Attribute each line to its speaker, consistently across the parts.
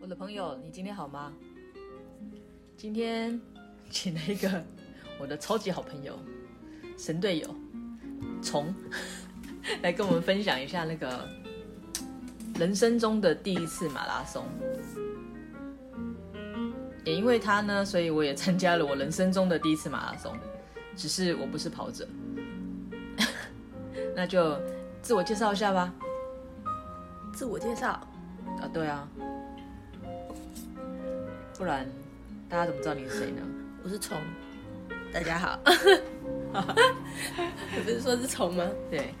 Speaker 1: 我的朋友，你今天好吗？今天请了一个我的超级好朋友，神队友虫， 来跟我们分享一下那个人生中的第一次马拉松。也因为他呢，所以我也参加了我人生中的第一次马拉松，只是我不是跑者。 那就自我介绍一下吧。
Speaker 2: 自我介绍，
Speaker 1: 啊，对啊，不然大家怎么知道你是谁呢？
Speaker 2: 我是虫，大家好。 你不是说是虫吗？
Speaker 1: 对，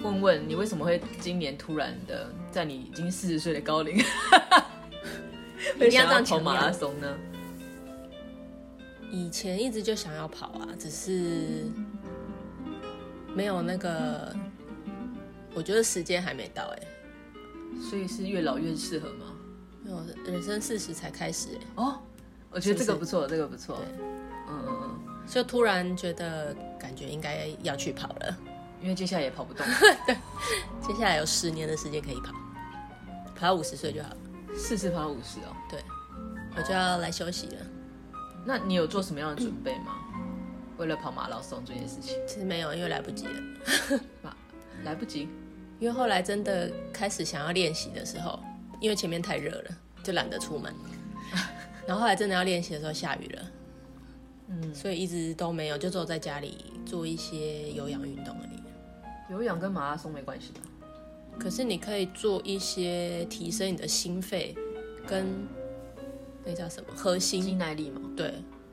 Speaker 1: 问问你为什么会今年突然的在你已经四十岁的高龄，
Speaker 2: 一定要
Speaker 1: 会
Speaker 2: 这样
Speaker 1: 想要跑
Speaker 2: 强调
Speaker 1: 马拉松呢？
Speaker 2: 以前一直就想要跑啊，只是没有那个，我觉得时间还没到哎、
Speaker 1: 所以是越老越适合吗？
Speaker 2: 没有人生四十才开始哎、
Speaker 1: 哦，我觉得这
Speaker 2: 是
Speaker 1: 个
Speaker 2: 不是
Speaker 1: 不错，这个不错。
Speaker 2: 对
Speaker 1: 嗯嗯嗯，
Speaker 2: 就突然觉得感觉应该要去跑了。
Speaker 1: 因为接下来也跑不动，
Speaker 2: 接下来有十年的时间可以跑，跑到五十岁就好了。
Speaker 1: 四十跑五十哦。
Speaker 2: 对，我就要来休息了。
Speaker 1: 那你有做什么样的准备吗？为了跑马拉松这件事情，
Speaker 2: 其实没有，因为来不及了。
Speaker 1: 马来不及。
Speaker 2: 因为后来真的开始想要练习的时候，因为前面太热了，就懒得 出门。然后后来真的要练习的时候下雨了，嗯，所以一直都没有，就只有在家里做一些有氧运动而已。
Speaker 1: 有氧跟马拉松没关系吧？
Speaker 2: 可是你可以做一些提升你的心肺跟那叫什么核
Speaker 1: 肌
Speaker 2: 心，
Speaker 1: 耐力嘛。
Speaker 2: 对，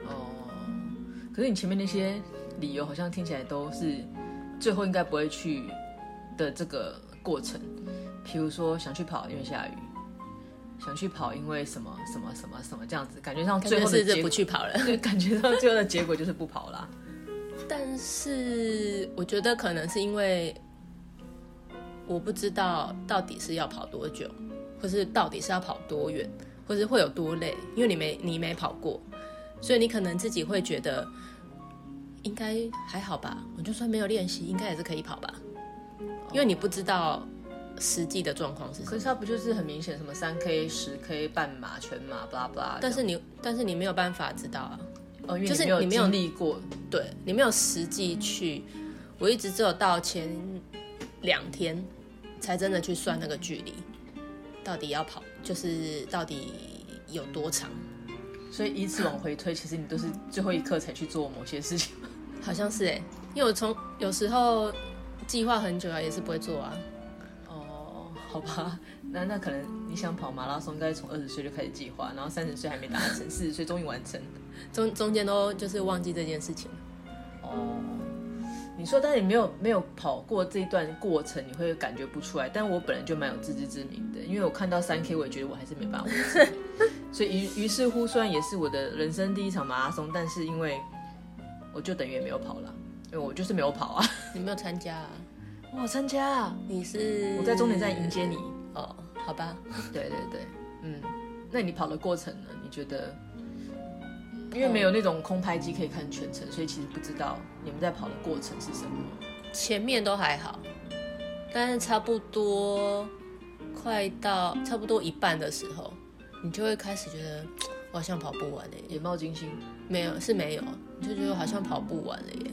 Speaker 1: 哦，可是你前面那些理由好像听起来都是最后应该不会去的这个过程，比如说想去跑因为下雨，想去跑因为什么什么什么什么这样子，感觉上最
Speaker 2: 就
Speaker 1: 后的
Speaker 2: 是
Speaker 1: 结
Speaker 2: 这
Speaker 1: 果
Speaker 2: 不去跑了。
Speaker 1: 对， 感觉上最后的结果就是不跑啦。
Speaker 2: 但是我觉得可能是因为我不知道到底是要跑多久，或是到底是要跑多远，或是会有多累，因为你没你没跑过，所以你可能自己会觉得应该还好吧，我就算没有练习，应该也是可以跑吧，因为你不知道实际的状况是什
Speaker 1: 可
Speaker 2: 么。
Speaker 1: 是它不就是很明显什么三 K、十 K、半马、全马，巴拉巴拉。
Speaker 2: 但是你，但是你没有办法知道啊，
Speaker 1: 哦，因为
Speaker 2: 就是
Speaker 1: 你没有
Speaker 2: 你没有
Speaker 1: 经历过，
Speaker 2: 对你没有实际去，我一直只有到前两天才真的去算那个距离，到底要跑，就是到底有多长，
Speaker 1: 所以依次往回推，其实你都是最后一刻才去做某些事情。
Speaker 2: 好像是哎、因为我从有时候计划很久啊，也是不会做啊，
Speaker 1: 哦，好吧， 那那可能你想跑马拉松，应该从二十岁就开始计划，然后三十岁还没达 成，四十岁终于完成。
Speaker 2: 中中间都就是忘记这件事情。
Speaker 1: 哦，你说，但你没有没有跑过这一段过程，你会感觉不出来。但我本人就蛮有自知之明的，因为我看到三 K，我也觉得我还是没办法完 成。所以于于是乎，虽然也是我的人生第一场马拉松，但是因为我就等于也没有跑啦，因为我就是没有跑啊。
Speaker 2: 你没有参加、啊，
Speaker 1: 我参加啊，
Speaker 2: 你是
Speaker 1: 我在终点站迎接你。
Speaker 2: 哦，好吧，
Speaker 1: 对对对，嗯，那你跑的过程呢？你觉得，因为没有那种空拍机可以看全程，所以其实不知道你们在跑的过程是什么。
Speaker 2: 前面都还好，但是差不多快到差不多一半的时候，你就会开始觉得我好像跑不完了耶，
Speaker 1: 眼冒金星，
Speaker 2: 没有是没有，你就觉得我好像跑不完了耶。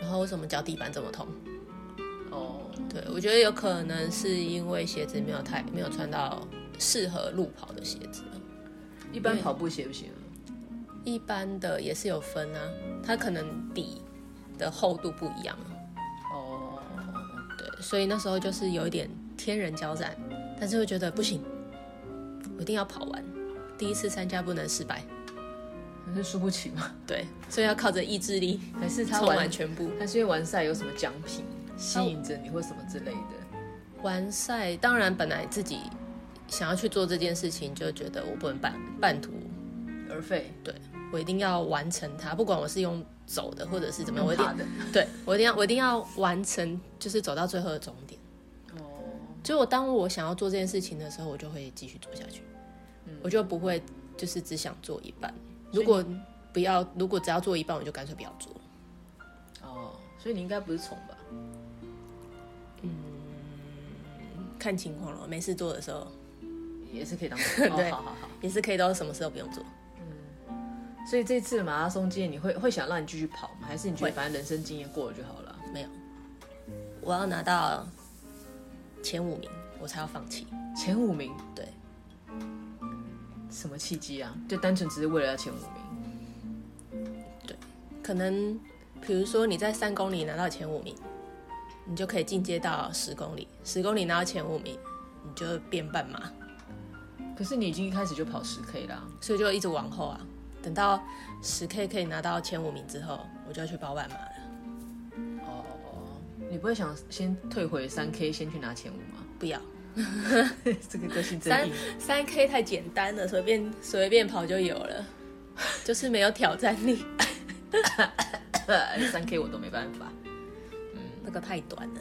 Speaker 2: 然后为什么脚底板这么痛？
Speaker 1: 哦，
Speaker 2: 对我觉得有可能是因为鞋子没有太没有穿到适合路跑的鞋子。
Speaker 1: 一般跑步鞋不行啊。
Speaker 2: 一般的也是有分啊，它可能底的厚度不一样啊。
Speaker 1: 哦，
Speaker 2: 对，所以那时候就是有一点天人交战，但是会觉得不行，我一定要跑完，第一次参加不能失败，
Speaker 1: 可是输不起吗？
Speaker 2: 对，所以要靠着意志力
Speaker 1: 还是 他
Speaker 2: 冲完
Speaker 1: 完，
Speaker 2: 全部。
Speaker 1: 还是因为完赛有什么奖品吸引着你，或什么之类的？
Speaker 2: 完赛当然本来自己想要去做这件事情，就觉得我不能半半途，
Speaker 1: 而废，
Speaker 2: 对我一定要完成它，不管我是用走的或者是怎么样，我一定
Speaker 1: 爬的。
Speaker 2: 对我一定要我一定要完成，就是走到最后的终点。
Speaker 1: 哦，
Speaker 2: 就我当我想要做这件事情的时候，我就会继续做下去，我就不会就是只想做一半。
Speaker 1: 嗯所以
Speaker 2: 如果不要，如果只要做一半，我就干脆不要做。
Speaker 1: 哦，所以你应该不是虫吧？
Speaker 2: 看情况了，没事做的时候，
Speaker 1: 也是可以当做
Speaker 2: 对
Speaker 1: 哦，好好好。
Speaker 2: 也是可以都什么事都不用做。
Speaker 1: 所以这次马拉松经验，你会会想让你继续跑吗？还是你觉得
Speaker 2: 会
Speaker 1: 反正人生经验过了就好了？
Speaker 2: 没有，我要拿到前五名，我才要放弃。
Speaker 1: 前五名
Speaker 2: 对，
Speaker 1: 什么契机啊？就单纯只是为了要前五名？
Speaker 2: 可能比如说你在三公里拿到前五名，你就可以进阶到十公里，十公里拿到前五名，你就变半马，
Speaker 1: 可是你已经一开始就跑十 K 啊啦，
Speaker 2: 所以就一直往后啊。等到十 K 可以拿到前五名之后，我就要去报半马了。
Speaker 1: 哦，你不会想先退回三 K，先去拿前五吗？
Speaker 2: 不要
Speaker 1: 这个个性真
Speaker 2: 三
Speaker 1: 硬。
Speaker 2: 三 K 太简单了，随便随便跑就有了，就是没有挑战力，
Speaker 1: 三 K 我都没办法。
Speaker 2: 那个太短了。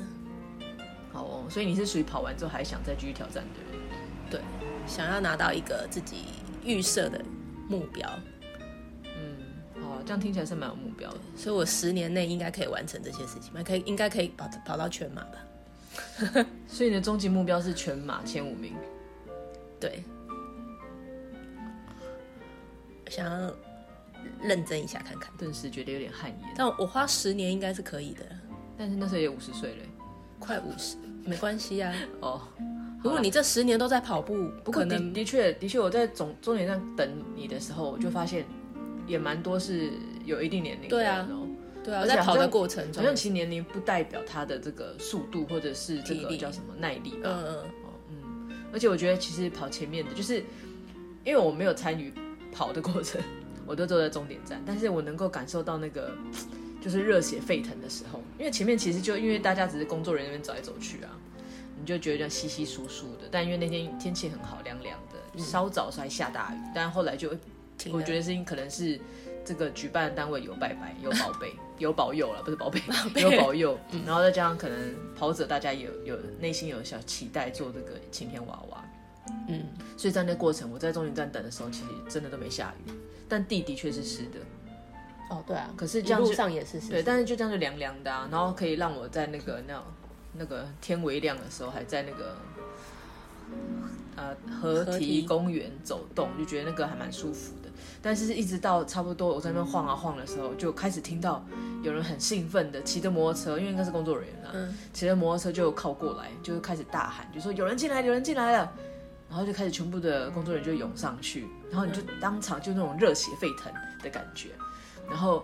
Speaker 1: 好哦，所以你是属于跑完之后还想再继续挑战，对不对？
Speaker 2: 对，想要拿到一个自己预设的目标，
Speaker 1: 嗯，好啊，这样听起来是蛮有目标的。
Speaker 2: 所以我十年内应该可以完成这些事情吧，可以应该可以跑跑到全马吧？
Speaker 1: 所以你的终极目标是全马前五名。
Speaker 2: 对，想要认真一下看看。
Speaker 1: 顿时觉得有点汗颜。
Speaker 2: 但我花十年应该是可以的，
Speaker 1: 但是那时候也五十岁了欸。
Speaker 2: 快五十没关系啊。
Speaker 1: 哦，
Speaker 2: 如果你这十年都在跑步，
Speaker 1: 不
Speaker 2: 不
Speaker 1: 过
Speaker 2: 可
Speaker 1: 的
Speaker 2: 能
Speaker 1: 的确的确，我在总终点站等你的时候，我就发现也蛮多是有一定年龄的
Speaker 2: 嗯对啊
Speaker 1: 人哦。
Speaker 2: 对啊。
Speaker 1: 而
Speaker 2: 我
Speaker 1: 且
Speaker 2: 在
Speaker 1: 好
Speaker 2: 跑的
Speaker 1: 像
Speaker 2: 过程
Speaker 1: 好
Speaker 2: 中，
Speaker 1: 像
Speaker 2: 嗯
Speaker 1: 其实年龄不代表他的这个速度或者是这
Speaker 2: 体
Speaker 1: 个
Speaker 2: 力
Speaker 1: 叫什么耐力吧。
Speaker 2: 嗯，
Speaker 1: 而且我觉得其实跑前面的，就是因为我没有参与跑的过程，我都坐在终点站，但是我能够感受到那个就是热血沸腾的时候，因为前面其实就因为大家只是工作人员那边走来走去啊，你就觉得这样稀稀疏疏的。但因为那天天气很好，凉凉的，稍早时候还下大雨，但后来就
Speaker 2: 停了
Speaker 1: 我觉得是因可能是这个举办单位有拜拜，有宝贝，有保佑了，不是宝贝，有保佑。然后再加上可能跑者大家也有有内心有小期待做这个晴天娃娃，
Speaker 2: 嗯，
Speaker 1: 所以在那过程我在终点站等的时候，其实真的都没下雨，但地的确是湿的。
Speaker 2: 哦对啊。
Speaker 1: 可是这
Speaker 2: 一
Speaker 1: 样
Speaker 2: 路
Speaker 1: 就
Speaker 2: 上也是是
Speaker 1: 对，但是就这样就凉凉的啊，然后可以让我在那个那种那个天微亮的时候，还在那个呃河
Speaker 2: 嗯河
Speaker 1: 堤
Speaker 2: 堤
Speaker 1: 公园走动，就觉得那个还蛮舒服的。但是，一直到差不多我在那边晃啊晃的时候，就开始听到有人很兴奋的骑着摩托车，因为应该是工作人员啦，
Speaker 2: 嗯
Speaker 1: 骑着摩托车就靠过来，就开始大喊，就说有人进来，有人进来了。然后就开始全部的工作人员就涌上去，然后你就
Speaker 2: 嗯
Speaker 1: 当场就那种热血沸腾的感觉。然后，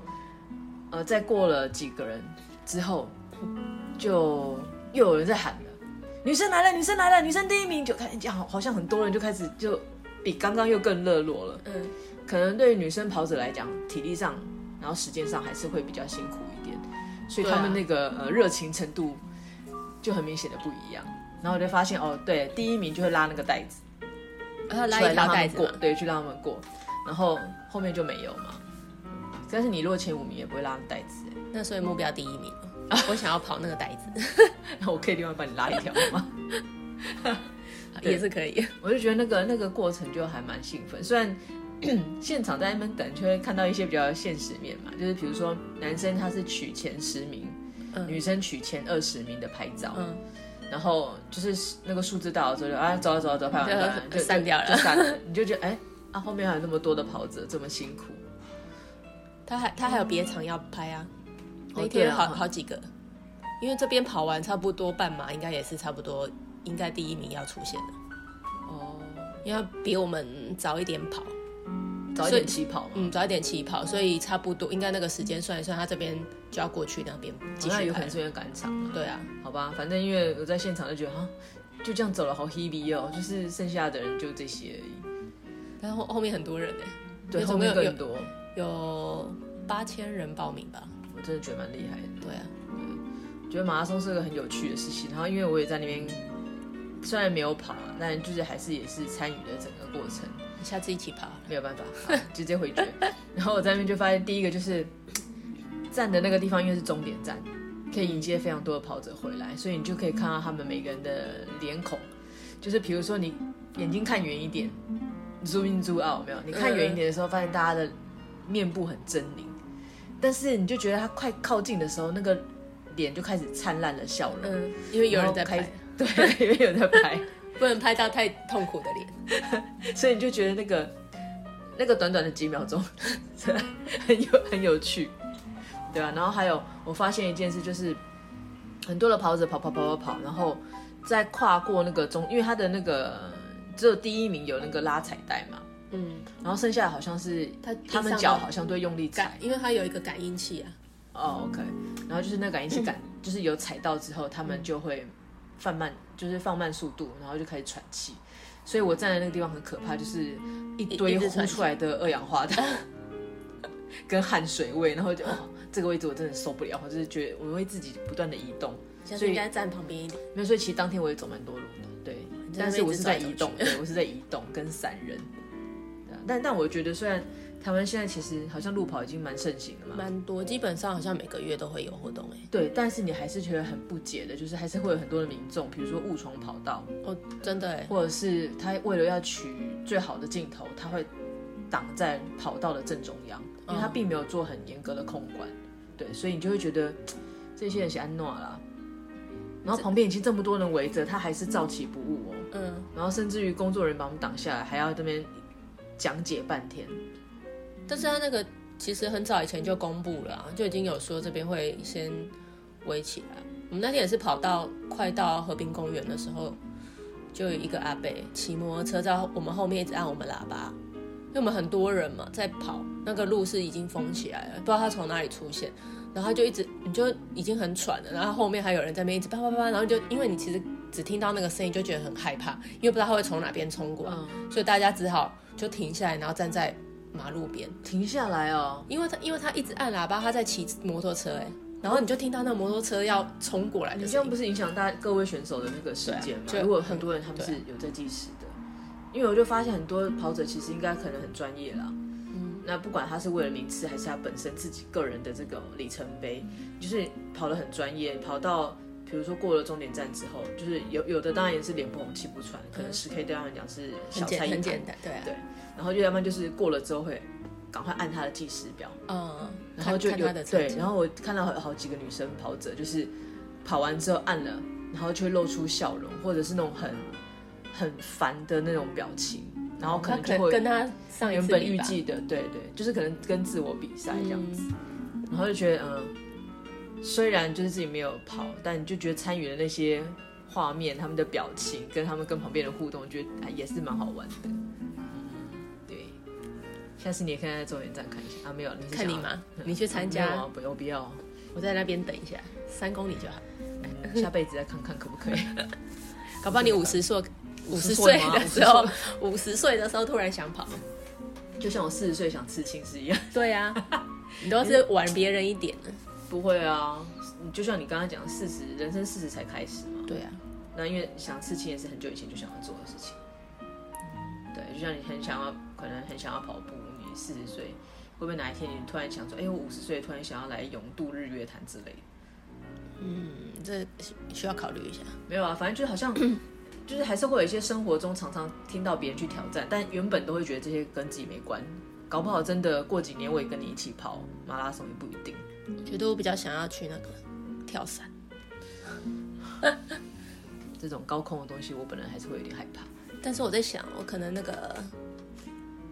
Speaker 1: 呃，再过了几个人之后，就又有人在喊了：“女生来了，女生来了，女生第一名！”就看见好，好像很多人就开始就比刚刚又更热络了。
Speaker 2: 嗯，
Speaker 1: 可能对于女生跑者来讲，体力上，然后时间上还是会比较辛苦一点，所以
Speaker 2: 对啊
Speaker 1: 他们那个、呃热情程度就很明显的不一样。然后我就发现哦，对，第一名就会拉那个袋子，
Speaker 2: 然后啊拉
Speaker 1: 出来
Speaker 2: 一条
Speaker 1: 让他
Speaker 2: 带
Speaker 1: 们
Speaker 2: 子
Speaker 1: 过
Speaker 2: 嘛，，
Speaker 1: 对，去让他们过，然后后面就没有嘛。但是你落前五名也不会拉袋子，
Speaker 2: 那所以目标第一名，
Speaker 1: 啊
Speaker 2: 我想要跑那个袋子
Speaker 1: 那我可以另外帮你拉一条吗？ 对
Speaker 2: 也是可以。
Speaker 1: 我就觉得那个那个过程就还蛮兴奋，虽然 现场在那边等，就会看到一些比较现实面嘛，就是比如说男生他是取前十名，
Speaker 2: 嗯
Speaker 1: 女生取前二十名的拍照，
Speaker 2: 嗯，
Speaker 1: 然后就是那个数字到了之后就啊走啊走啊走啊，拍完
Speaker 2: 就
Speaker 1: 拍完就
Speaker 2: 散
Speaker 1: 就
Speaker 2: 掉了
Speaker 1: 就散了，你就觉得哎、啊后面还有那么多的跑者这么辛苦，
Speaker 2: 他还他还有别场要拍啊，那一
Speaker 1: 对
Speaker 2: 天
Speaker 1: 啊
Speaker 2: 好、
Speaker 1: 哈
Speaker 2: 好几个，因为这边跑完差不多半马，应该也是差不多，应该第一名要出现的，
Speaker 1: 哦，
Speaker 2: 因为他比我们早一点跑，
Speaker 1: 早一点起跑嘛，
Speaker 2: 嗯，早一点起跑，所以差不多应该那个时间算一算，他这边就要过去那边继
Speaker 1: 哦那
Speaker 2: 续
Speaker 1: 有可
Speaker 2: 拍
Speaker 1: 能。是因为赶场啊，
Speaker 2: 对啊，
Speaker 1: 好吧，反正因为我在现场就觉得啊就这样走了好 hebe 哦，就是剩下的人就这些而已，
Speaker 2: 但是后后面很多人呢、
Speaker 1: 对，
Speaker 2: 有
Speaker 1: 后面
Speaker 2: 有
Speaker 1: 更多。
Speaker 2: 有八千人报名吧？
Speaker 1: 我真的觉得蛮厉害的，
Speaker 2: 对啊，
Speaker 1: 觉得马拉松是个很有趣的事情。然后因为我也在那边，虽然没有跑啊，但就是还是也是参与了整个过程，
Speaker 2: 你下次一起跑好了。
Speaker 1: 没有办法，好直接回绝。 然后我在那边就发现，第一个就是站的那个地方，因为是终点站，可以迎接非常多的跑者回来，所以你就可以看到他们每个人的脸孔，就是比如说你眼睛看远一点，zoom in zoom out 有没有？你看远一点的时候，发现大家的面部很狰狞，但是你就觉得他快靠近的时候，那个脸就开始灿烂的笑容。
Speaker 2: 嗯，因为有人在
Speaker 1: 然后
Speaker 2: 拍
Speaker 1: 开，对，因为有人在拍，
Speaker 2: 不能拍到太痛苦的脸。
Speaker 1: 所以你就觉得那个那个短短的几秒钟 很有很有趣，对啊。然后还有我发现一件事，就是很多的跑者跑跑跑跑跑，然后再跨过那个中，因为他的那个只有第一名有那个拉彩带嘛，
Speaker 2: 嗯，
Speaker 1: 然后剩下的好像是
Speaker 2: 他
Speaker 1: 他们脚好像都会用力踩
Speaker 2: 感，因为它有一个感应器啊。
Speaker 1: 哦，OK。然后就是那个感应器感，就是有踩到之后，他们就会放慢，就是放慢速度，然后就开始喘气。所以我站在那个地方很可怕，就是一堆
Speaker 2: 一直
Speaker 1: 呼
Speaker 2: 喘
Speaker 1: 出来的二氧化碳跟汗水味，然后就哦，这个位置我真的受不了，我就是觉得我会自己不断的移动。
Speaker 2: 下
Speaker 1: 所
Speaker 2: 次
Speaker 1: 以
Speaker 2: 应该站旁边一点。
Speaker 1: 没有，所以其实当天我也走蛮多路的，对。
Speaker 2: 你在
Speaker 1: 但
Speaker 2: 那边
Speaker 1: 是我
Speaker 2: 一直
Speaker 1: 是在
Speaker 2: 走来
Speaker 1: 移
Speaker 2: 走
Speaker 1: 动，对我是在移动跟散人。对啊但但我觉得，虽然台湾现在其实好像路跑已经蛮盛行了嘛，
Speaker 2: 蛮多，基本上好像每个月都会有活动哎、
Speaker 1: 对，但是你还是觉得很不解的，就是还是会有很多的民众，比如说误闯跑道，
Speaker 2: 哦，真的哎、
Speaker 1: 或者是他为了要取最好的镜头，他会挡在跑道的正中央，因为他并没有做很严格的控管，对，所以你就会觉得嘖这些人是安诺啦。然后旁边已经这么多人围着，他还是照起不误哦。
Speaker 2: 嗯，
Speaker 1: 然后甚至于工作人员把我们挡下来，还要这边讲解半天。
Speaker 2: 但是他那个其实很早以前就公布了、啊，就已经有说这边会先围起来。我们那天也是跑到快到河滨公园的时候，就有一个阿伯骑摩托车在我们后面一直按我们喇叭，因为我们很多人嘛在跑，那个路是已经封起来了，不知道他从哪里出现，然后他就一直你就已经很喘了，然后后面还有人在那边一直叭叭叭，然后就因为你其实只听到那个声音就觉得很害怕，因为不知道他会从哪边冲过来，
Speaker 1: 嗯，
Speaker 2: 所以大家只好就停下来，然后站在马路边。
Speaker 1: 停下来哦，
Speaker 2: 因为他因为他一直按喇叭，他在骑摩托车哎、然后你就听到那摩托车要冲过来
Speaker 1: 你
Speaker 2: 的
Speaker 1: 这样
Speaker 2: 声
Speaker 1: 不
Speaker 2: 音，
Speaker 1: 是影响大家各位选手的那个时间吗？
Speaker 2: 对啊就
Speaker 1: 如果很多人他们
Speaker 2: 对啊
Speaker 1: 是有在计时的，因为我就发现很多跑者其实应该可能很专业啦。
Speaker 2: 嗯
Speaker 1: 那不管他是为了名次，还是他本身自己个人的这个里程碑，就是跑得很专业，跑到比如说过了终点站之后，就是有有的当然也是脸不红气不喘，可能十 K 对他们来讲是小
Speaker 2: 嗯很简
Speaker 1: 菜一
Speaker 2: 很
Speaker 1: 碟，
Speaker 2: 简单，对啊，
Speaker 1: 对然后就要不然就是过了之后会赶快按他的计时表，
Speaker 2: 嗯，
Speaker 1: 然后就
Speaker 2: 看
Speaker 1: 有
Speaker 2: 看他的成
Speaker 1: 对，
Speaker 2: 绩
Speaker 1: 然后我看到有好几个女生跑者，就是跑完之后按了，然后就会露出笑容，或者是那种很很烦的那种表情，然后可
Speaker 2: 他
Speaker 1: 能就
Speaker 2: 可能
Speaker 1: 会
Speaker 2: 跟他上一
Speaker 1: 原
Speaker 2: 次
Speaker 1: 本
Speaker 2: 比
Speaker 1: 预
Speaker 2: 吧嗯
Speaker 1: 计的，对对，就是可能跟自我比赛这样子，啊然后就觉得嗯，虽然就是自己没有跑，但你就觉得参与的那些画面、他们的表情跟他们跟旁边的互动，觉得啊也是蛮好玩的。嗯对，下次你也可以在终点站看一下啊，没有，你是
Speaker 2: 看
Speaker 1: 想
Speaker 2: 你
Speaker 1: 要
Speaker 2: 吗？你去参加，
Speaker 1: 没有啊，不要不要，
Speaker 2: 我在那边等一下，三公里就好，
Speaker 1: 嗯下辈子再看看可不可以？
Speaker 2: 搞不好你五 十岁五
Speaker 1: 50
Speaker 2: 十
Speaker 1: 岁
Speaker 2: 岁
Speaker 1: 吗
Speaker 2: 的时候，五十岁的时候突然想跑，
Speaker 1: 就像我四十岁想刺青是一样。
Speaker 2: 对 啊，你都是晚别人一点的，
Speaker 1: 不会啊，你就像你刚刚讲，四十人生四十才开始嘛。
Speaker 2: 对啊，
Speaker 1: 那因为想刺青也是很久以前就想要做的事情。对，就像你很想要，可能很想要跑步，你四十岁会不会哪一天你突然想说，哎、我五十岁突然想要来永渡日月潭之类的？
Speaker 2: 嗯，这需要考虑一下，
Speaker 1: 没有啊，反正就好 像。就是还是会有一些生活中常常听到别人去挑战，但原本都会觉得这些跟自己没关，搞不好真的过几年我也跟你一起跑马拉松也不一定。
Speaker 2: 我觉得我比较想要去那个跳伞。
Speaker 1: 这种高空的东西，我本人还是会有点害怕。
Speaker 2: 但是我在想，我可能那个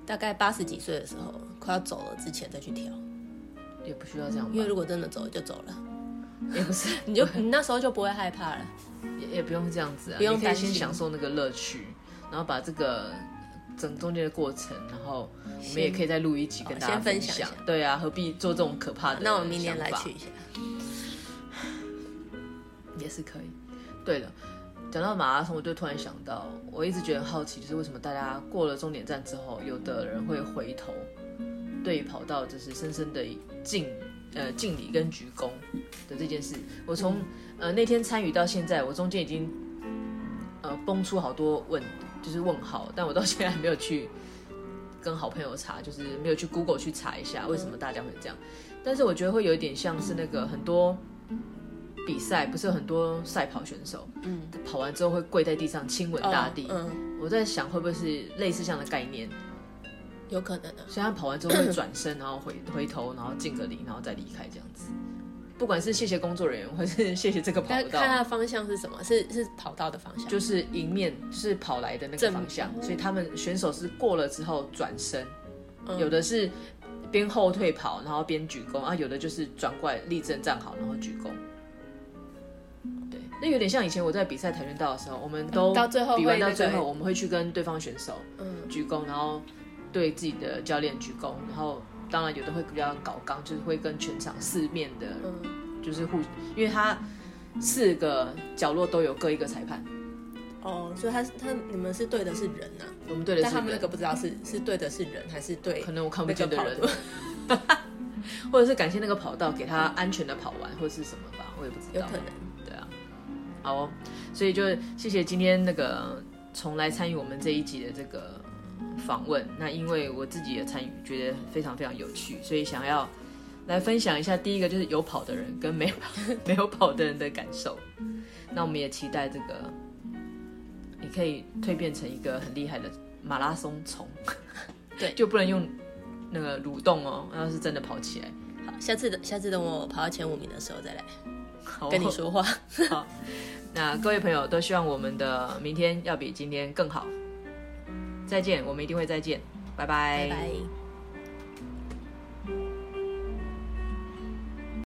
Speaker 2: 大概八十几岁的时候，快要走了之前再去跳，
Speaker 1: 也不需要这样吧，
Speaker 2: 因为如果真的走了就走了，嗯
Speaker 1: 也不是，
Speaker 2: 你就你那时候就不会害怕了。
Speaker 1: 也也不用这样子啊，
Speaker 2: 不用
Speaker 1: 你可以
Speaker 2: 担心
Speaker 1: 先享受那个乐趣，然后把这个整中间的过程，然后我们也可以再录一集跟大家
Speaker 2: 先分
Speaker 1: 享。
Speaker 2: 享一下
Speaker 1: 对啊，何必做这种可怕的？
Speaker 2: 那我明年来去一下，
Speaker 1: 也是可以。对了，讲到马拉松，我就突然想到，我一直觉得很好奇，就是为什么大家过了终点站之后，有的人会回头，对跑道就是深深的敬呃敬礼跟鞠躬的这件事。我从、呃那天参与到现在，我中间已经呃蹦出好多问，就是问号，但我到现在还没有去。跟好朋友查，就是没有去 Google 去查一下为什么大家会这样，但是我觉得会有一点像是那个很多比赛，不是有很多赛跑选手，嗯，跑完之后会跪在地上亲吻大地。
Speaker 2: 哦嗯，
Speaker 1: 我在想会不会是类似这样的概念，
Speaker 2: 有可能啊。
Speaker 1: 所以他跑完之后会转身，然后回回头，然后敬个礼，然后再离开这样子。不管是谢谢工作人员，或是谢谢这个跑
Speaker 2: 但看它
Speaker 1: 道，
Speaker 2: 的方向是什么，是是跑道的方向，
Speaker 1: 就是迎面就是跑来的那个
Speaker 2: 正
Speaker 1: 方向，所以他们选手是过了之后转身，
Speaker 2: 嗯
Speaker 1: 有的是边后退跑，然后边鞠躬，啊，有的就是转过来立正站好，然后鞠躬。对，那有点像以前我在比赛跆拳道的时候，我们都
Speaker 2: 到最后
Speaker 1: 比完
Speaker 2: 会
Speaker 1: 到
Speaker 2: 那个
Speaker 1: 最后，我们会去跟对方选手
Speaker 2: 嗯
Speaker 1: 鞠躬，然后对自己的教练鞠躬，然后当然有的会比较搞刚，就是会跟全场四面的，
Speaker 2: 嗯
Speaker 1: 就是互，因为他四个角落都有各一个裁判，
Speaker 2: 哦，所以他他你们是对的是人啊，
Speaker 1: 我们对的
Speaker 2: 但
Speaker 1: 是
Speaker 2: 他们那
Speaker 1: 人
Speaker 2: 个不知道是是对的是人还是对
Speaker 1: 可能我看不见的人
Speaker 2: 那个，
Speaker 1: 或者是感谢那个跑道给他安全的跑完，或者是什么吧，我也不知
Speaker 2: 有
Speaker 1: 道
Speaker 2: 可。能。
Speaker 1: 对啊，好哦，所以就谢谢今天那个从来参与我们这一集的这个访问。那因为我自己也参与，觉得非常非常有趣，所以想要来分享一下第一个就是有跑的人跟没跑 没有跑的人的感受。那我们也期待这个你可以蜕变成一个很厉害的马拉松虫，
Speaker 2: 对
Speaker 1: 就不能用那个蠕动哦，要是真的跑起来，
Speaker 2: 好，下次的下次等我跑到前五名的时候再来
Speaker 1: 好哦
Speaker 2: 跟你说话。
Speaker 1: 那各位朋友都希望我们的明天要比今天更好。再见，我们一定会再见，拜
Speaker 2: 拜拜。